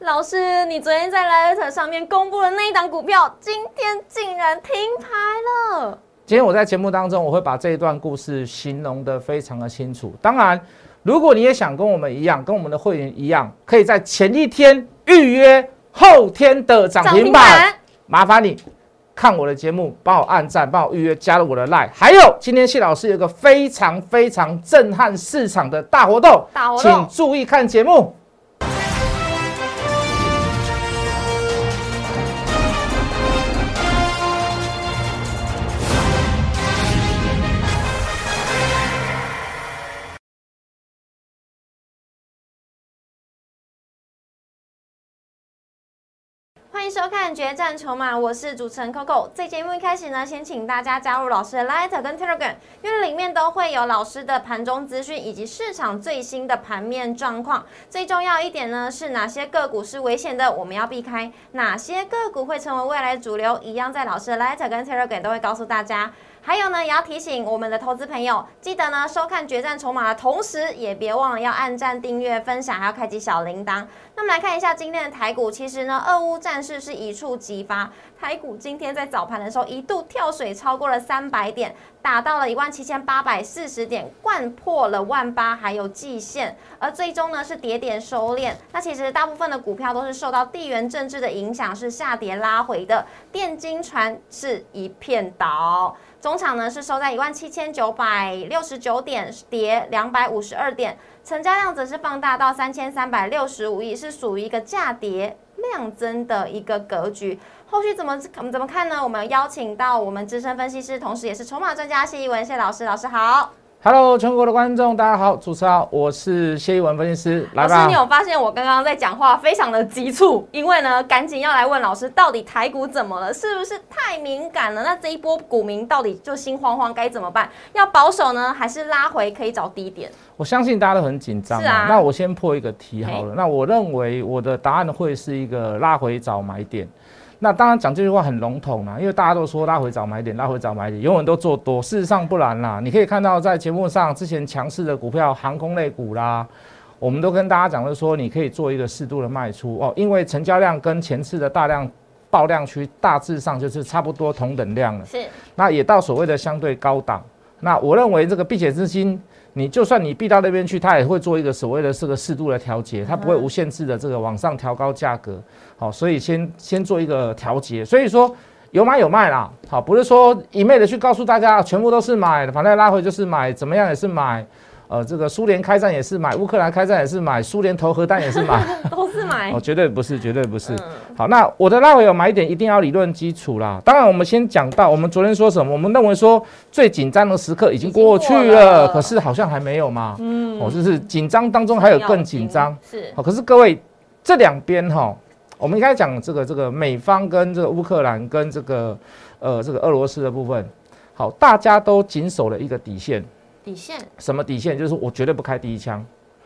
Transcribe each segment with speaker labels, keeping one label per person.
Speaker 1: 老师，你昨天在 l i g h t 上面公布了那一档股票，今天竟然停牌了。
Speaker 2: 今天我在节目当中，我会把这一段故事形容得非常的清楚。当然，如果你也想跟我们一样，跟我们的会员一样，可以在前一天预约后天的涨停板，麻烦你看我的节目，帮我按赞，帮我预约，加入我的 line。还有，今天谢老师有一个非常非常震撼市场的大活动，
Speaker 1: 大活
Speaker 2: 请
Speaker 1: 动
Speaker 2: 注意看节目。
Speaker 1: 欢迎收看《决战筹码》，我是主持人 Coco。在节目一开始呢，先请大家加入老师的 Light 跟 Telegram，因为里面都会有老师的盘中资讯以及市场最新的盘面状况。最重要一点呢，是哪些个股是危险的，我们要避开；哪些个股会成为未来主流，一样在老师的 Light 跟 Telegram 都会告诉大家。还有呢，也要提醒我们的投资朋友，记得呢收看《决战筹码》的同时，也别忘了要按赞、订阅、分享，还要开启小铃铛。那么来看一下今天的台股，其实呢，俄乌战事是一触即发，台股今天在早盘的时候一度跳水超过了三百点，打到了一万七千八百四十点，灌破了万八还有季线，而最终呢是跌点收敛。那其实大部分的股票都是受到地缘政治的影响，是下跌拉回的，电金船是一片倒。中场呢是收在一万七千九百六十九点，跌两百五十二点，成交量则是放大到三千三百六十五亿，是属于一个价跌量增的一个格局。后续怎么怎么看呢？我们邀请到我们资深分析师，同时也是筹码专家谢一文谢老师，老师好。
Speaker 2: Hello，全国的观众，大家好，主持人好，我是谢一文分析师，来
Speaker 1: 老
Speaker 2: 吧。
Speaker 1: 师，你有发现我刚刚在讲话非常的急促，因为呢，赶紧要来问老师，到底台股怎么了？是不是太敏感了？那这一波股民到底就心慌慌，该怎么办？要保守呢，还是拉回可以找低点？
Speaker 2: 我相信大家都很紧张
Speaker 1: 是啊
Speaker 2: 嘛。那我先破一个题好了。那我认为我的答案会是一个拉回找买点。那当然讲这句话很笼统啦，啊因为大家都说拉回找买点，拉回找买点，永远都做多。事实上不然啦，你可以看到在节目上之前强势的股票，航空类股啦，我们都跟大家讲的说，你可以做一个适度的卖出哦，因为成交量跟前次的大量爆量区大致上就是差不多同等量了。
Speaker 1: 是
Speaker 2: 那也到所谓的相对高档。那我认为这个避险资金，你就算你避到那边去，它也会做一个所谓的这个适度的调节，它不会无限制的这个往上调高价格。好，所以先先做一个调节。所以说有买有卖啦，好，不是说一昧的去告诉大家全部都是买，反正拉回就是买，怎么样也是买。呃，这个苏联开战也是买，乌克兰开战也是买，苏联投核弹也是买。
Speaker 1: 都是买
Speaker 2: 哦，，绝对不是，绝对不是。
Speaker 1: 嗯
Speaker 2: 好，那我的拉回有买点，一定要理论基础啦。当然，我们先讲到我们昨天说什么，我们认为说最紧张的时刻已经过去
Speaker 1: 已经
Speaker 2: 了，
Speaker 1: 过了
Speaker 2: 可是好像还没有嘛。嗯，哦，就是紧张当中还有更紧张。
Speaker 1: 是
Speaker 2: 好、可是各位这两边哈，我们应该讲这个这个美方跟这个乌克兰跟这个呃这个俄罗斯的部分，好，大家都紧守了一个底线，
Speaker 1: 底线
Speaker 2: 什么底线？就是我绝对不开第一枪。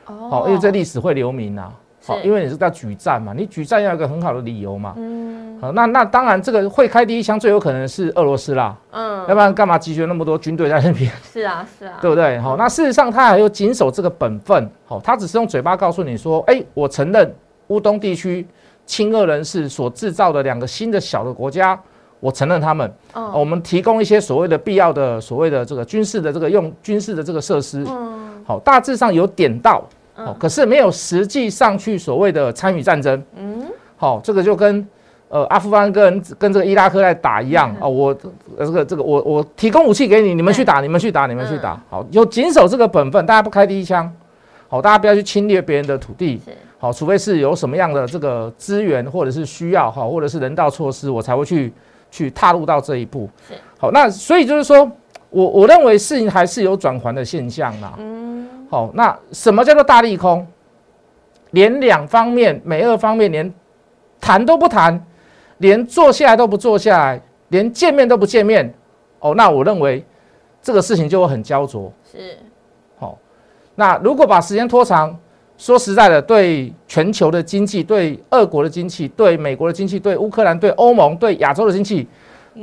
Speaker 1: 哦
Speaker 2: 好，因为这历史会留名啊。好，
Speaker 1: 是
Speaker 2: 因为你是在举战嘛，你举战要有一个很好的理由嘛。
Speaker 1: 嗯
Speaker 2: 好，那那当然，这个会开第一枪最有可能是俄罗斯啦，
Speaker 1: 嗯
Speaker 2: 要不然干嘛集结那么多军队在那边，
Speaker 1: 是啊是啊
Speaker 2: 对不对？好，那事实上他还有谨守这个本分，好，他只是用嘴巴告诉你说，哎，我承认乌东地区亲俄人士所制造的两个新的小的国家，我承认他们，
Speaker 1: 嗯
Speaker 2: 我们提供一些所谓的必要的所谓的这个军事的这个用军事的这个设施，
Speaker 1: 嗯
Speaker 2: 好，大致上有点到，哦，可是没有实际上去所谓的参与战争，嗯，好，这个就跟呃阿富汗跟跟这个伊拉克在打一样哦，我呃这个这个我我提供武器给你，你们去打，你们去打，你们去打，好，有谨守这个本分，大家不开第一枪，好，大家不要去侵略别人的土地，
Speaker 1: 是
Speaker 2: 好，除非是有什么样的这个资源或者是需要哈，或者是人道措施，我才会去去踏入到这一步
Speaker 1: 是。
Speaker 2: 好，那所以就是说我我认为事情还是有转环的现象啦。嗯，好，那什么叫做大利空？连两方面，美俄方面连谈都不谈，连坐下来都不坐下来，连见面都不见面。哦，那我认为这个事情就会很焦灼。
Speaker 1: 是
Speaker 2: 好、那如果把时间拖长，说实在的，对全球的经济、对俄国的经济、对美国的经济、对乌克兰、对欧盟、对亚洲的经济，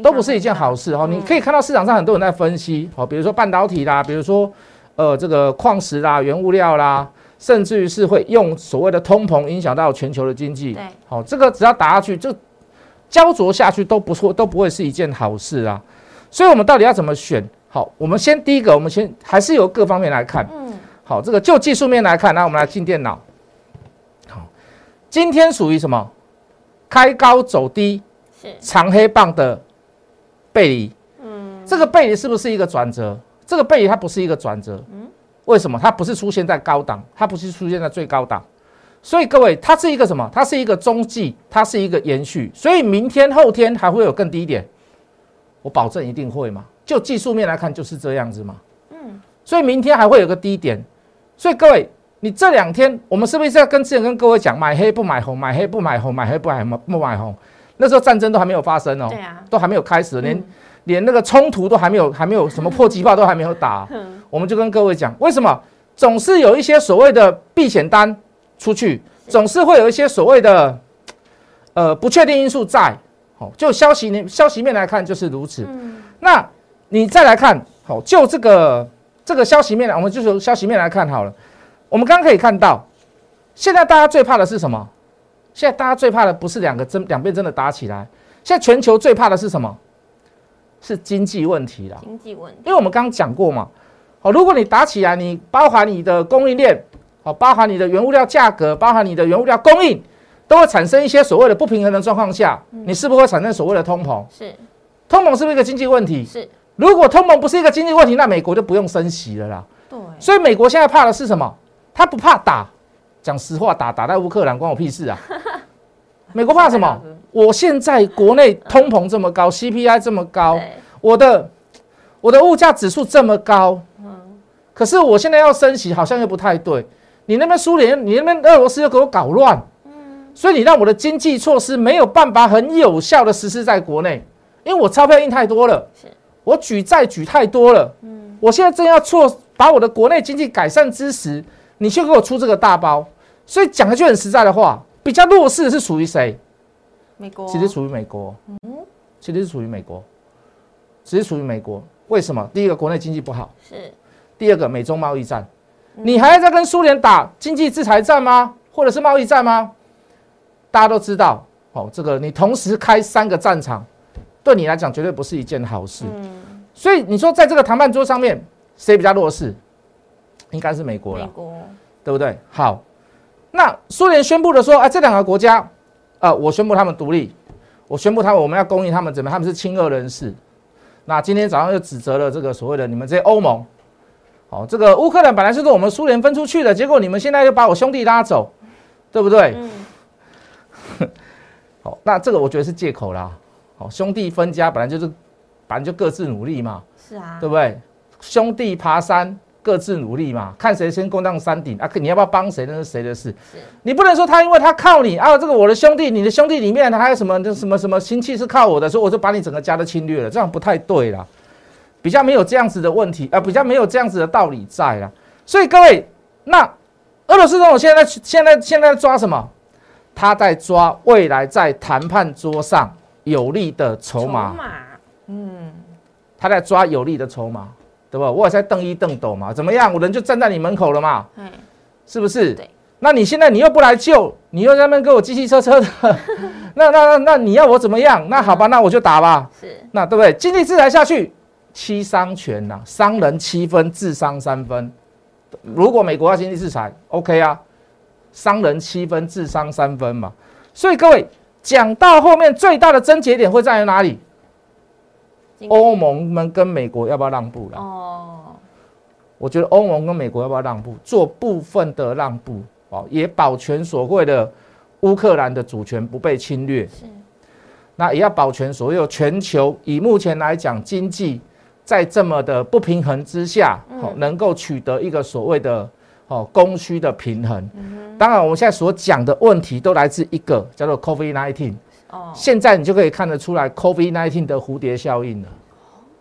Speaker 2: 都不是一件好事哦。你可以看到市场上很多人在分析，哦，比如说半导体啦，比如说呃这个矿石啦、原物料啦，甚至于是会用所谓的通膨影响到全球的经济
Speaker 1: 对。
Speaker 2: 好、这个只要打下去，就焦灼下去都不错，都不会是一件好事啊。所以我们到底要怎么选？好，我们先第一个，我们先还是由各方面来看。
Speaker 1: 嗯，
Speaker 2: 好，这个就技术面来看，那我们来进电脑。好，今天属于什么？开高走低，
Speaker 1: 是，
Speaker 2: 长黑棒的背离。
Speaker 1: 嗯，
Speaker 2: 这个背离是不是一个转折？这个背离它不是一个转折，为什么？它不是出现在高档，它不是出现在最高档，所以各位，它是一个什么？它是一个中继，它是一个延续，所以明天后天还会有更低点，我保证一定会嘛。就技术面来看就是这样子嘛，
Speaker 1: 嗯，
Speaker 2: 所以明天还会有个低点，所以各位。你这两天，我们是不是要跟之前跟各位讲，买黑不买红，买黑不买红，买黑不买红，不买红？那时候战争都还没有发生哦，
Speaker 1: 对啊，
Speaker 2: 都还没有开始，连
Speaker 1: 嗯
Speaker 2: 连那个冲突都还没有，还没有什么迫击炮都还没有打，
Speaker 1: 哼
Speaker 2: 我们就跟各位讲，为什么总是有一些所谓的避险单出去，总是会有一些所谓的呃不确定因素在。好，就消息面消息面来看就是如此。
Speaker 1: 嗯，
Speaker 2: 那你再来看，好，就这个这个消息面来，我们就从消息面来看好了。我们刚刚可以看到，现在大家最怕的是什么？现在大家最怕的不是两个真两边真的打起来，现在全球最怕的是什么？是经济问题啦。
Speaker 1: 经济问题，
Speaker 2: 因为我们刚刚讲过嘛，好，如果你打起来，你包含你的供应链，好，包含你的原物料价格，包含你的原物料供应，都会产生一些所谓的不平衡的状况下，你是不是会产生所谓的通膨？
Speaker 1: 是
Speaker 2: 通膨是不是一个经济问题？
Speaker 1: 是，
Speaker 2: 如果通膨不是一个经济问题，那美国就不用升息了啦。
Speaker 1: 对，
Speaker 2: 所以美国现在怕的是什么？他不怕打，讲实话，打打在乌克兰关我屁事啊！美国 怕什么？我现在国内通膨这么高，CPI 这么高，
Speaker 1: 对，
Speaker 2: 我的我的物价指数这么高，可是我现在要升息，好像又不太对。你那边苏联，你那边俄罗斯又给我搞乱，所以你让我的经济措施没有办法很有效的实施在国内，因为我钞票印太多了
Speaker 1: 是，
Speaker 2: 我举债举太多了，我现在正要措把我的国内经济改善之时，你却给我出这个大包，所以讲一句很实在的话，比较弱势的是属于谁？
Speaker 1: 美国，
Speaker 2: 其实属于美国，其实是属于美国，其实属于美国。为什么？第一个，国内经济不好；
Speaker 1: 是
Speaker 2: 第二个，美中贸易战。你还在跟苏联打经济制裁战吗？或者是贸易战吗？大家都知道，哦，这个你同时开三个战场，对你来讲绝对不是一件好事。
Speaker 1: 嗯，
Speaker 2: 所以你说，在这个谈判桌上面，谁比较弱势？应该是美国
Speaker 1: 美
Speaker 2: 了。
Speaker 1: 国，
Speaker 2: 对不对？好，那苏联宣布的说，啊，这两个国家，呃，我宣布他们独立，我宣布他们我们要供应他们怎么样？他们是亲俄人士。那今天早上又指责了这个所谓的你们这些欧盟，哦，这个乌克兰本来是跟我们苏联分出去的，结果你们现在又把我兄弟拉走，对不对？
Speaker 1: 嗯，
Speaker 2: 好、那这个我觉得是借口啦。好、兄弟分家本来就是，本来就各自努力嘛，
Speaker 1: 是啊，
Speaker 2: 对不对？兄弟爬山各自努力嘛，看谁先攻上山顶啊！你要不要帮谁那是谁的事。
Speaker 1: 是，
Speaker 2: 你不能说他因为他靠你啊，这个我的兄弟，你的兄弟里面还有什么这什么什么亲戚是靠我的，所以我就把你整个家都侵略了，这样不太对啦，比较没有这样子的问题啊、呃比较没有这样子的道理在啦。所以各位，那俄罗斯总统现在现在现在抓什么？他在抓未来在谈判桌上有利的筹码，
Speaker 1: 码，嗯，
Speaker 2: 他在抓有利的筹码，对吧？我也在瞪一瞪斗嘛，怎么样？我人就站在你门口了嘛，
Speaker 1: 哎，
Speaker 2: 是不是？
Speaker 1: 对。
Speaker 2: 那你现在你又不来救，你又在那边给我叽叽车车的，那那那那你要我怎么样？那好吧，那我就打吧，
Speaker 1: 是，
Speaker 2: 那对不对？经济制裁下去，七伤拳呐、伤人七分，自伤三分。如果美国要经济制裁，OK 啊，伤人七分，自伤三分嘛。所以各位讲到后面最大的症结点会在于哪里？
Speaker 1: 经济
Speaker 2: 欧盟们跟美国要不要让步了？
Speaker 1: 哦，
Speaker 2: 我觉得欧盟跟美国要不要让步，做部分的让步，哦，也保全所谓的乌克兰的主权不被侵略，
Speaker 1: 是，
Speaker 2: 那也要保全所有全球以目前来讲经济在这么的不平衡之下，哦，能够取得一个所谓的哦供需的平衡。当然，我们现在所讲的问题都来自一个叫做 COVID-19，
Speaker 1: 哦，
Speaker 2: 现在你就可以看得出来 COVID-19 的蝴蝶效应了。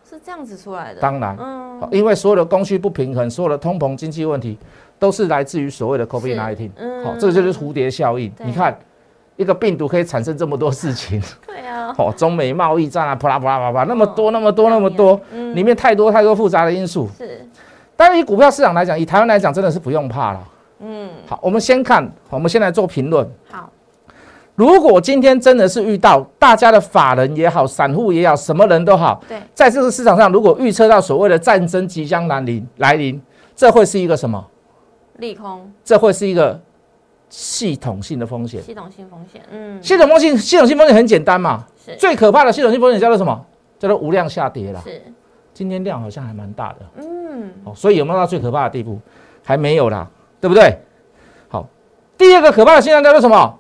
Speaker 1: 是这样子出来的，
Speaker 2: 当然，
Speaker 1: 嗯，
Speaker 2: 哦好因为所有的供需不平衡，所有的通膨经济问题，都是来自于所谓的 COVID
Speaker 1: 是
Speaker 2: nineteen。哦
Speaker 1: 嗯
Speaker 2: 好，这个就是蝴蝶效应。
Speaker 1: 对
Speaker 2: 你看，一个病毒可以产生这么多事情，
Speaker 1: 对啊，
Speaker 2: 哦，中美贸易战啊，啪啦啪啦啪啦啪啦，那么多
Speaker 1: 哦
Speaker 2: 那么多那么多，
Speaker 1: 嗯
Speaker 2: 里面太多太多复杂的因素。
Speaker 1: 是，
Speaker 2: 但是以股票市场来讲，以台湾来讲，真的是不用怕了。嗯，好，我们先看，我们先来做评论。
Speaker 1: 好，
Speaker 2: 如果今天真的是遇到大家的法人也好，散户也好，什么人都好，
Speaker 1: 对，
Speaker 2: 在这个市场上，如果预测到所谓的战争即将来临来临，这会是一个什么？
Speaker 1: 利空
Speaker 2: 这会是一个系统性的风险。
Speaker 1: 系统性风险，嗯，
Speaker 2: 系统风险，系统性风险很简单嘛，
Speaker 1: 是
Speaker 2: 最可怕的系统性风险叫做什么？叫做无量下跌啦。
Speaker 1: 是，
Speaker 2: 今天量好像还蛮大的，
Speaker 1: 嗯，
Speaker 2: 哦，所以有没有到最可怕的地步？还没有啦，对不对？好，第二个可怕的现象叫做什么？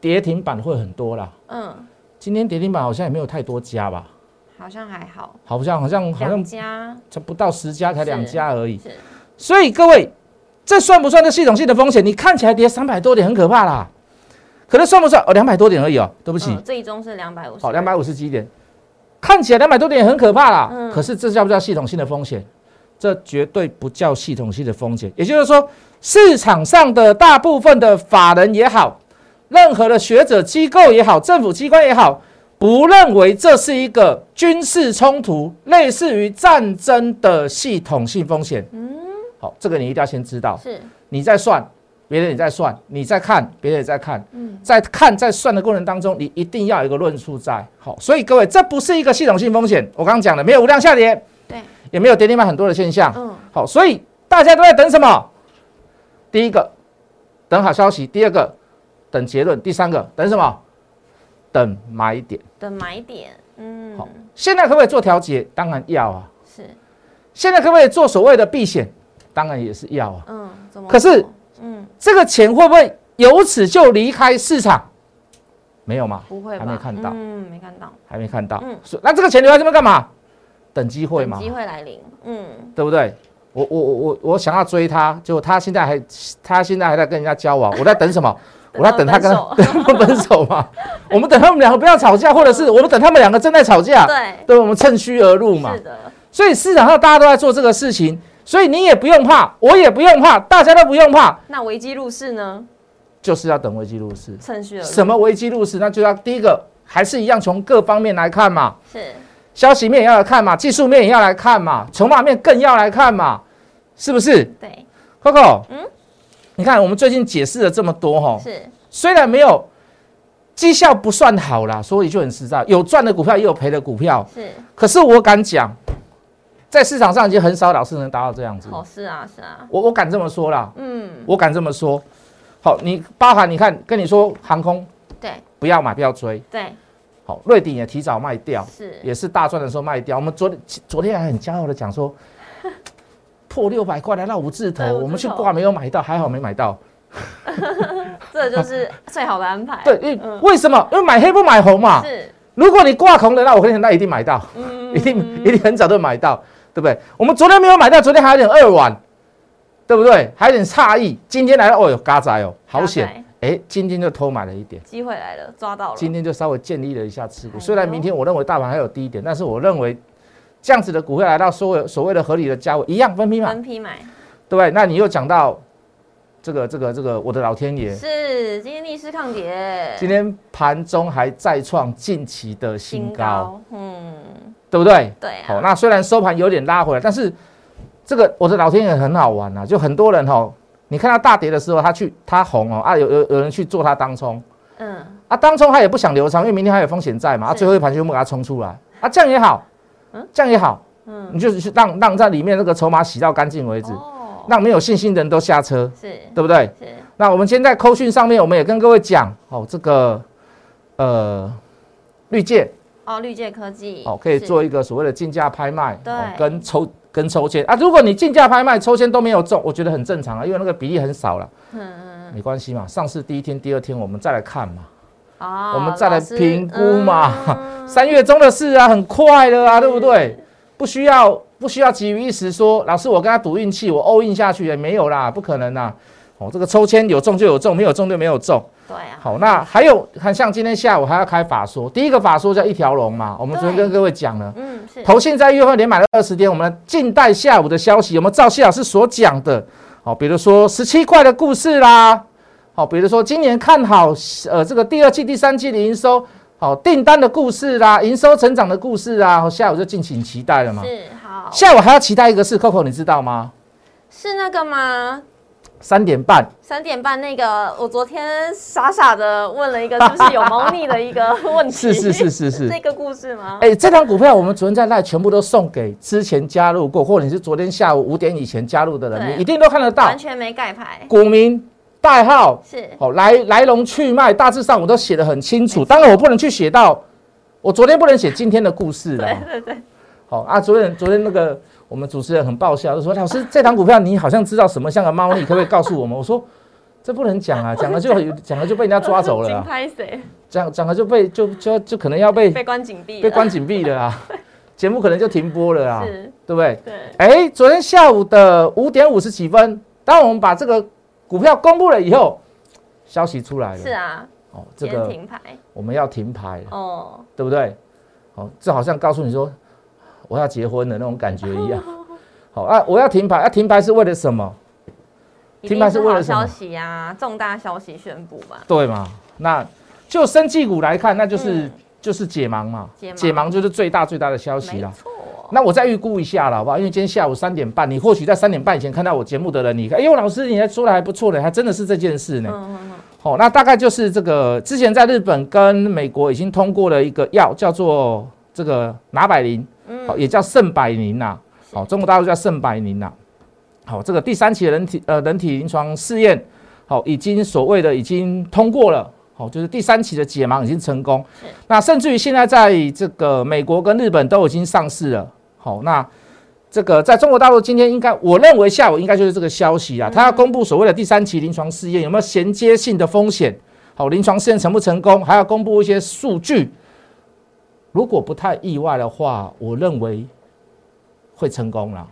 Speaker 2: 跌停板会很多啦。
Speaker 1: 嗯，
Speaker 2: 今天跌停板好像也没有太多家吧，
Speaker 1: 好像还好，
Speaker 2: 好像好像好
Speaker 1: 两
Speaker 2: 像
Speaker 1: 家
Speaker 2: 才不到十家，才两家而已。
Speaker 1: 是
Speaker 2: 所以各位，这算不算这系统性的风险？你看起来跌三百多点很可怕啦，可是算不算？哦，两百多点而已哦，对不
Speaker 1: 不
Speaker 2: 起，
Speaker 1: 嗯最终是两百五十，
Speaker 2: 好，两百五十基点，看起来两百多点也很可怕啦。
Speaker 1: 嗯
Speaker 2: 可是这叫不叫系统性的风险？这绝对不叫系统性的风险。也就是说，市场上的大部分的法人也好，任何的学者机构也好，政府机关也好，不认为这是一个军事冲突，类似于战争的系统性风险。嗯，好，这个你一定要先知道。
Speaker 1: 是，
Speaker 2: 你在算，别人也在算；你在看，别人也在看。
Speaker 1: 嗯
Speaker 2: 在看在算的过程当中，你一定要有一个论述在。好，所以各位，这不是一个系统性风险。我刚刚讲的，没有无量下跌，
Speaker 1: 对，
Speaker 2: 也没有跌停板很多的现象。
Speaker 1: 嗯，
Speaker 2: 好，所以大家都在等什么？第一个，等好消息；第二个，等结论；第三个，等什么？等买点。
Speaker 1: 的买点，嗯，
Speaker 2: 好，现在可不可以做调节？当然要啊。
Speaker 1: 是，
Speaker 2: 现在可不可以做所谓的避险？当然也是要啊。
Speaker 1: 嗯，怎么
Speaker 2: 可是
Speaker 1: 说，嗯，
Speaker 2: 这个钱会不会由此就离开市场？没有嘛，
Speaker 1: 不会吧？
Speaker 2: 还没看到，
Speaker 1: 嗯，没看到，
Speaker 2: 还没看到。
Speaker 1: 嗯
Speaker 2: 所以那这个钱留在这边干嘛？等机会
Speaker 1: 等
Speaker 2: 嘛，
Speaker 1: 机会来临，嗯，
Speaker 2: 对不对？我我我我我想要追他，结果他现在还他现在还在跟人家交往，我在等 什么？我在等他跟
Speaker 1: 分 手
Speaker 2: 他跟他们分手 嘛。我们等他们两个不要吵架，或者是我们等他们两个正在吵
Speaker 1: 嗯
Speaker 2: 架，
Speaker 1: 对，
Speaker 2: 对，我们趁虚而入嘛
Speaker 1: 是。的，
Speaker 2: 所以市场上大家都在做这个事情，所以你也不用怕，我也不用怕，大家都不用怕，
Speaker 1: 那危机入市呢？
Speaker 2: 就是要等危机入市。
Speaker 1: 趁虚而入，
Speaker 2: 什么危机入市？那就要第一个还是一样从各方面来看嘛，
Speaker 1: 是，
Speaker 2: 消息面也要来看嘛，技术面也要来看嘛，筹码面更要来看嘛，是不是
Speaker 1: 对，
Speaker 2: ？Coco，
Speaker 1: 嗯
Speaker 2: 你看我们最近解释了这么多哈、哦，
Speaker 1: 是，
Speaker 2: 虽然没有绩效不算好啦，说一句很实在，有赚的股票也有赔的股票，
Speaker 1: 是，
Speaker 2: 可是我敢讲，在市场上已经很少老师能达到这样子，
Speaker 1: 好事啊，是啊，
Speaker 2: 我我敢这么说啦，
Speaker 1: 嗯，
Speaker 2: 我敢这么说。好，你包含你看跟你说航空
Speaker 1: 对
Speaker 2: 不要买，不要追。
Speaker 1: 对
Speaker 2: 好，瑞鼎也提早卖掉，
Speaker 1: 是，
Speaker 2: 也是大赚的时候卖掉。我们昨天昨天还很骄傲的讲说， 破六百块来到五字头，
Speaker 1: 对五字头
Speaker 2: 我们去挂没有买到，还好没买到。
Speaker 1: 这就是最好的安排，
Speaker 2: 对，因啊为
Speaker 1: 嗯，
Speaker 2: 为什么？因为买黑不买红嘛。
Speaker 1: 是，
Speaker 2: 如果你挂红的，那我跟你讲，那一定买到，
Speaker 1: 嗯
Speaker 2: 一定一定很早就买到，对不对？我们昨天没有买到，昨天还有点二晚，对不对？还有点诧异，今天来了，哦哟，嘎仔哦，好险！，哎，今天就偷买了一点。
Speaker 1: 机会来了，抓到了，
Speaker 2: 今天就稍微建立了一下持股。
Speaker 1: 哎呦
Speaker 2: 虽然明天我认为大盘还有低点，但是我认为这样子的股票来到所谓所谓的合理的价位，一样分批嘛，
Speaker 1: 分批买，
Speaker 2: 对不对？那你又讲到这个这个这个，我的老天爷，
Speaker 1: 是，今天逆势抗跌，
Speaker 2: 今天盘中还再创近期的新高，，
Speaker 1: 嗯，
Speaker 2: 对不对？
Speaker 1: 对啊，
Speaker 2: 好，那虽然收盘有点拉回来，但是这个我的老天爷很好玩啊，就很多人哦，你看它大跌的时候，他去他红哦啊，有有有人去做它当冲。
Speaker 1: 嗯，
Speaker 2: 啊，当中他也不想留仓，因为明天还有风险在嘛，啊，
Speaker 1: 是
Speaker 2: 最后一盘全部给它冲出来，啊，这样也好，这样也好，
Speaker 1: 嗯
Speaker 2: 你就是去让让在里面那个筹码洗到干净为止，
Speaker 1: 哦，
Speaker 2: 让没有信心的人都下车，
Speaker 1: 是
Speaker 2: 对不对？
Speaker 1: 是，
Speaker 2: 那我们今天在扣讯上面，我们也跟各位讲哦，这个呃绿界
Speaker 1: 哦，绿界科技，
Speaker 2: 哦，可以
Speaker 1: 是
Speaker 2: 做一个所谓的竞价拍卖，
Speaker 1: 对
Speaker 2: 哦跟抽跟抽签啊，如果你竞价拍卖抽签都没有中，我觉得很正常啊，因为那个比例很少了，
Speaker 1: 嗯嗯
Speaker 2: 没关系嘛，上市第一天、第二天我们再来看嘛。
Speaker 1: 嗯，哦，
Speaker 2: 我们再来
Speaker 1: 老师
Speaker 2: 评估嘛
Speaker 1: 嗯
Speaker 2: 三月中的事啊，很快的啊，对不对？不需要不需要急于一时说，老师我跟他赌运气，我 all in 下去也没有啦，不可能啦。哦，这个抽签有中就有中，没有中就没有中。
Speaker 1: 对啊，
Speaker 2: 好，那还有看像今天下午还要开法说，第一个法说叫一条龙嘛，我们昨天
Speaker 1: 对
Speaker 2: 跟各位讲了，
Speaker 1: 嗯是，
Speaker 2: 投信在一月份连买了二十天，我们静待下午的消息有没有照谢老师所讲的？哦，比如说十七块的故事啦，好、比如说今年看好呃这个第二季、第三季的营收，好、订单的故事啦，营收成长的故事啦，哦下午就敬请期待了嘛。
Speaker 1: 是好，
Speaker 2: 下午还要期待一个事，Coco 你知道吗？
Speaker 1: 是那个吗？
Speaker 2: 三点半，
Speaker 1: 三点半那个，我昨天傻傻的问了一个，就是有猫腻的一 个问题，
Speaker 2: 是是是是是
Speaker 1: 这个故事吗？
Speaker 2: 哎、这张股票我们昨天在赖全部都送给之前加入过，或者你是昨天下午五点以前加入的人，
Speaker 1: 对
Speaker 2: 你一定都看得到
Speaker 1: 完。全没盖牌，
Speaker 2: 股民代号，
Speaker 1: 是
Speaker 2: 好、哦来来龙去脉，大致上我都写得很清
Speaker 1: 没
Speaker 2: 楚。
Speaker 1: 错
Speaker 2: 当然我不能去写到，我昨天不能写今天的故事了。
Speaker 1: 对对，
Speaker 2: 好、啊，昨天昨天那个我们主持人很爆笑，就说老师这档股票你好像知道什么像个猫腻，可不可以告诉我们？我说这不能讲啊，讲了就讲了就被人家抓走 了、
Speaker 1: 金
Speaker 2: 啊，
Speaker 1: 拍谁
Speaker 2: 讲讲了就被就就就可能要被
Speaker 1: 被关紧闭了，
Speaker 2: 被关紧闭 了啊，节目可能就停播了啊，
Speaker 1: 是，
Speaker 2: 对不对？
Speaker 1: 对，
Speaker 2: 哎，昨天下午的五点五十几分，当我们把这个股票公布了以后，消息出来了，
Speaker 1: 是啊，
Speaker 2: 哦，这
Speaker 1: 今天
Speaker 2: 个
Speaker 1: 停牌
Speaker 2: 我们要停牌了，
Speaker 1: 哦，
Speaker 2: 对不对？哦，这好像告诉你说我要结婚的那种感觉 一样。好啊，我要停牌，啊，停牌是为了什么？
Speaker 1: 一
Speaker 2: 停
Speaker 1: 定
Speaker 2: 牌
Speaker 1: 是
Speaker 2: 是为了
Speaker 1: 好
Speaker 2: 什
Speaker 1: 消
Speaker 2: 么
Speaker 1: 息啊，重大消息宣布嘛，
Speaker 2: 对嘛？那就生技股来看，那就是、
Speaker 1: 嗯
Speaker 2: 就是解盲嘛，
Speaker 1: 解盲
Speaker 2: 就是最大最大的消息啊
Speaker 1: 没
Speaker 2: 啦。
Speaker 1: 错，
Speaker 2: 那我再预估一下了，好不好？因为今天下午三点半，你或许在三点半以前看到我节目的人，你看，哎呦，老师，你还说的还不错呢，还真的是这件事呢。
Speaker 1: 嗯嗯嗯，
Speaker 2: 好、那大概就是这个之前在日本跟美国已经通过了一个药，叫做这个拿百灵，好、也叫圣百灵呐、好、中国大陆叫圣百灵呐、好、这个第三期的人体呃人体临床试验，好、已经所谓的已经通过了。好，就是第三期的解盲已经成功
Speaker 1: 是，
Speaker 2: 那甚至于现在在这个美国跟日本都已经上市了。好，那这个在中国大陆今天应该，我认为下午应该就是这个消息
Speaker 1: 嗯
Speaker 2: 啊，他要公布所谓的第三期临床试验有没有衔接性的风险，好，临床试验成不成功，还要公布一些数据。如果不太意外的话，我认为会成功啦。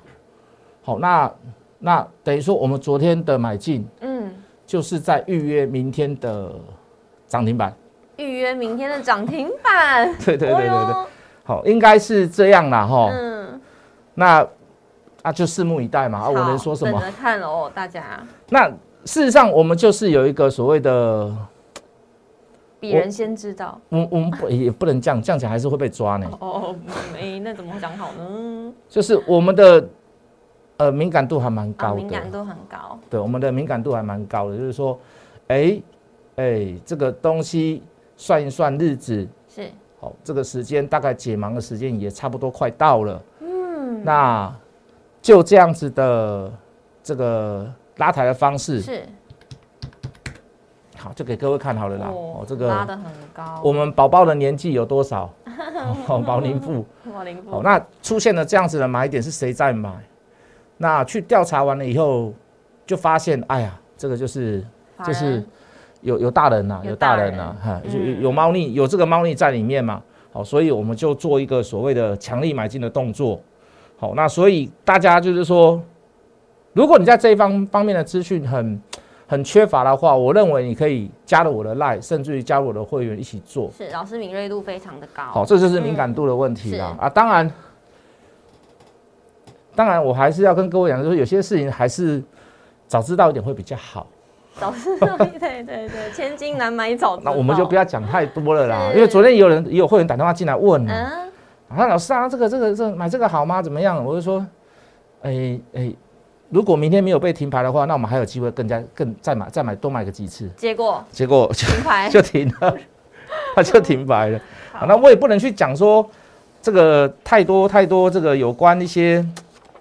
Speaker 2: 好，那那等于说我们昨天的买进
Speaker 1: 嗯，
Speaker 2: 就是在预约明天的涨停板。
Speaker 1: 预约明天的涨停板，
Speaker 2: 对对对哦对对，
Speaker 1: 哦
Speaker 2: 好，应该是这样啦哈。
Speaker 1: 哟，嗯，
Speaker 2: 那啊，就拭目以待嘛，啊，我能说什么
Speaker 1: 好？等着看哦，大家，
Speaker 2: 那事实上，我们就是有一个所谓的，
Speaker 1: 鄙
Speaker 2: 我
Speaker 1: 人先知道。
Speaker 2: 我我们不也不能这样，这样讲还是会被抓呢。
Speaker 1: 哦，没，那怎么讲好呢？
Speaker 2: 就是我们的呃敏感度还蛮
Speaker 1: 啊，
Speaker 2: 高
Speaker 1: 敏
Speaker 2: 的
Speaker 1: 感，度很高，
Speaker 2: 对，我们的敏感度还蛮高的，就是说，哎哎，这个东西算一算日子，
Speaker 1: 是，
Speaker 2: 好，这个时间大概解盲的时间也差不多快到了，
Speaker 1: 嗯，
Speaker 2: 那就这样子的这个拉抬的方式，
Speaker 1: 是，
Speaker 2: 好，就给各位看好了啦。哦，这
Speaker 1: 拉
Speaker 2: 个
Speaker 1: 的很高，
Speaker 2: 我们宝宝的年纪有多 少？哦，保龄富。
Speaker 1: 哇，零
Speaker 2: 好，
Speaker 1: 步，
Speaker 2: 那出现了这样子的买点是谁在买？那去调查完了以后，就发现，哎呀，这个就是
Speaker 1: 法
Speaker 2: 就
Speaker 1: 人
Speaker 2: 是有有大人呐、
Speaker 1: 有
Speaker 2: 有
Speaker 1: 大
Speaker 2: 大
Speaker 1: 人
Speaker 2: 人呐、哈，
Speaker 1: 嗯
Speaker 2: 有有有猫腻，有这个猫腻在里面嘛。好，所以我们就做一个所谓的强力买进的动作。好，那所以大家就是说，如果你在这一方方面的资讯很很缺乏的话，我认为你可以加入我的 line，甚至于加入我的会员一起做。
Speaker 1: 是老师敏锐度非常的高，
Speaker 2: 好，这就是敏感度的问题啦
Speaker 1: 嗯。是
Speaker 2: 啊，当然，当然，我还是要跟各位讲，就是有些事情还是早知道一点会比较好。
Speaker 1: 早知道， 对对对，千金难买早知道，
Speaker 2: 那我们就不
Speaker 1: 要，
Speaker 2: 要讲太多了啦，
Speaker 1: 是
Speaker 2: 因为昨天也有人也有会员打电话进来问啊，
Speaker 1: 嗯，
Speaker 2: 啊，老师啊，这个这个这个买这个好吗？怎么样？我就说，哎哎，如果明天没有被停牌的话，那我们还有机会更加更再买再买多买个几次。
Speaker 1: 结果
Speaker 2: 结果就
Speaker 1: 停牌
Speaker 2: 就停了，它就停牌了。好那我也不能去讲说这个太多太多这个有关一些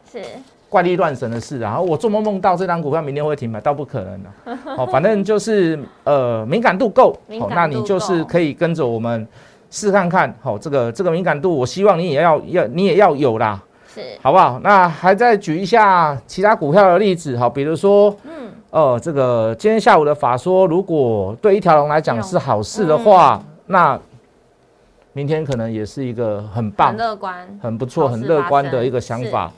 Speaker 1: 是
Speaker 2: 怪力乱神的事啊，然后我做梦梦到这张股票明天会停牌，倒不可能了、 好、反正就是呃敏感度够，
Speaker 1: 敏
Speaker 2: 好、
Speaker 1: 感
Speaker 2: 那
Speaker 1: 度
Speaker 2: 你就是
Speaker 1: 够
Speaker 2: 可以跟着我们试看看，好、这个这个敏感度，我希望你也要要你也要有啦，
Speaker 1: 是，
Speaker 2: 好不好？那还再举一下其他股票的例子，好，比如说，嗯，呃，这个今天下午的法说，如果对一条龙来讲是好事的话，
Speaker 1: 嗯
Speaker 2: 那明天可能也是一个很棒
Speaker 1: 很、乐观，
Speaker 2: 很不错、
Speaker 1: 好事
Speaker 2: 很乐观
Speaker 1: 发
Speaker 2: 的
Speaker 1: 生
Speaker 2: 一个想法，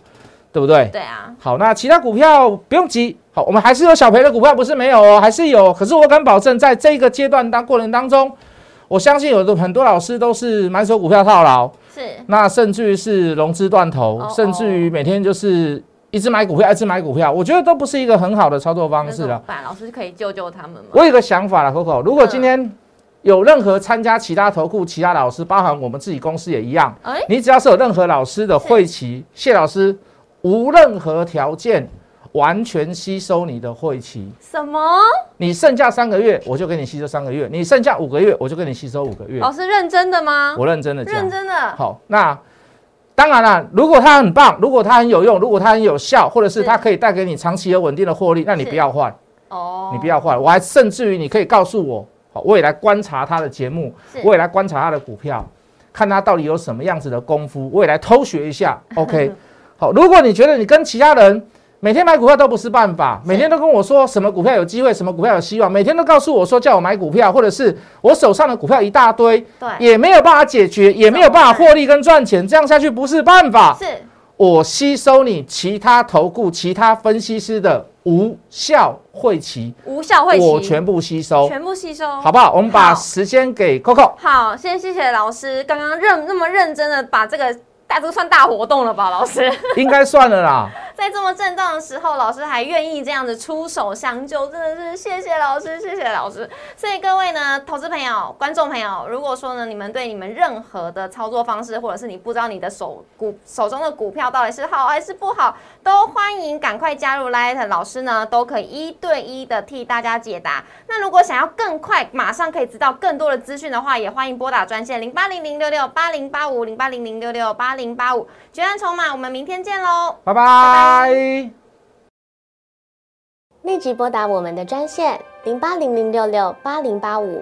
Speaker 2: 对不对？
Speaker 1: 对啊，
Speaker 2: 好，那其他股票不用急，好，我们还是有小赔的股票，不是没有哦，还是有。可是我敢保证，在这个阶段当过程当中，我相信有的很多老师都是满手股票套牢，
Speaker 1: 是
Speaker 2: 那甚至于是融资断头，
Speaker 1: 哦
Speaker 2: 甚至于每天就是一直买股票，一直买股票，我觉得都不是一个很好的操作方
Speaker 1: 那
Speaker 2: 式
Speaker 1: 怎么
Speaker 2: 了。
Speaker 1: 办？老师可以救救他们吗？
Speaker 2: 我有一个想法了，Coco，如果今天有任何参加其他投顾、其他老师，包含我们自己公司也一样，
Speaker 1: 哎
Speaker 2: 你只要是有任何老师的
Speaker 1: 是
Speaker 2: 会期，谢老师无任何条件，完全吸收你的汇期。
Speaker 1: 什么？
Speaker 2: 你剩下三个月，我就给你吸收三个月；你剩下五个月，我就给你吸收五个月。
Speaker 1: 老师认真的吗？
Speaker 2: 我认真的讲，
Speaker 1: 哦认真的。
Speaker 2: 好，那当然了，如果它很棒，如果它很有用，如果它很有效，或者是
Speaker 1: 是
Speaker 2: 它可以带给你长期而稳定的获利，那你
Speaker 1: 是
Speaker 2: 不要换，
Speaker 1: 哦，
Speaker 2: 你不要换。我还甚至于你可以告诉我，好，我也来观察它的节目，
Speaker 1: 是
Speaker 2: 我也来观察它的股票，看它到底有什么样子的功夫，我也来偷学 一下。OK，好，如果你觉得你跟其他人每天买股票都不是办法，每天都跟我说什么股票有机会，什么股票有希望，每天都告诉我说叫我买股票，或者是我手上的股票一大堆，
Speaker 1: 对，
Speaker 2: 也没有办法解决，也没有办法获利跟赚钱，这样下去不是办法。
Speaker 1: 是
Speaker 2: 我吸收你其他投顾、其他分析师的无效汇期，
Speaker 1: 无效会
Speaker 2: 我
Speaker 1: 期
Speaker 2: 全部吸收，
Speaker 1: 全部吸收，
Speaker 2: 好不好？我们把
Speaker 1: 好
Speaker 2: 时间给 Coco。
Speaker 1: 好，先谢谢老师，刚刚认那么认真的把这个大这个算大活动了吧，老师，
Speaker 2: 应该算了啦。
Speaker 1: 在这么震荡的时候，老师还愿意这样子出手相救，真的是谢谢老师，谢谢老师。所以各位呢，投资朋友、观众朋友，如果说呢，你们对你们任何的操作方式，或者是你不知道你的手股手中的股票到底是好还是不好，都欢迎赶快加入 Light 老师呢，都可以一对一的替大家解答。那如果想要更快，马上可以知道更多的资讯的话，也欢迎拨打专线零八零零六六八零八五零八零零六六八零八五。决战筹码，我们明天见喽。
Speaker 2: 拜
Speaker 1: 拜
Speaker 2: 拜
Speaker 3: 立即拨打我们的专线零八零零六六八零八五